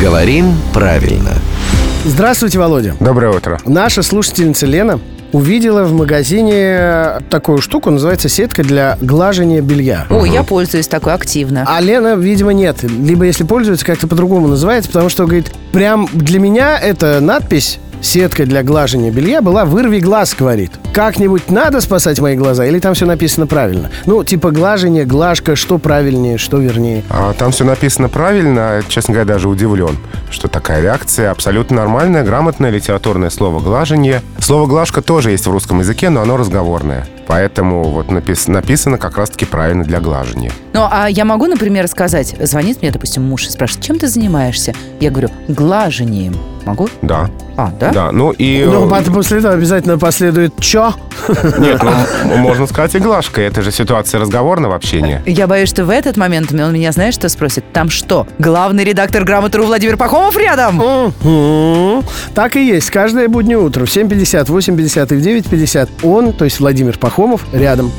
Говорим правильно. Здравствуйте, Володя. Доброе утро. Наша слушательница Лена увидела в магазине э, такую штуку, называется сетка для глажения белья. Ой, я пользуюсь такой активно. А Лена, видимо, нет. Либо если пользуется, как-то по-другому называется, потому что, говорит, прям для меня эта надпись сетка для глажения белья была «Вырви глаз», говорит. Как-нибудь надо спасать мои глаза или там все написано правильно? Ну, типа глажение, глажка, что правильнее, что вернее. А, Там все написано правильно, а, честно говоря, даже удивлен, что такая реакция. Абсолютно нормальное, грамотное литературное слово «глажение». Слово «глажка» тоже есть в русском языке, но оно разговорное. Поэтому вот напис- написано как раз-таки правильно для глажения. Ну, а я могу, например, сказать, звонит мне, допустим, муж и спрашивает, чем ты занимаешься? Я говорю, глажением. Могу? Да. А, да? Да, ну и... Ну, потом после этого обязательно последует «Чё?» Нет, ну, можно сказать и глажка. Это же ситуация разговорного общения. Я боюсь, что в этот момент он меня, знаешь, что спросит? Там что, главный редактор «Грамотру» Владимир Пахомов рядом? Мгм. Так и есть. Каждое буднее утро в 7.50, 8.50 и в 9.50 он, то есть Владимир Пахомов, рядом.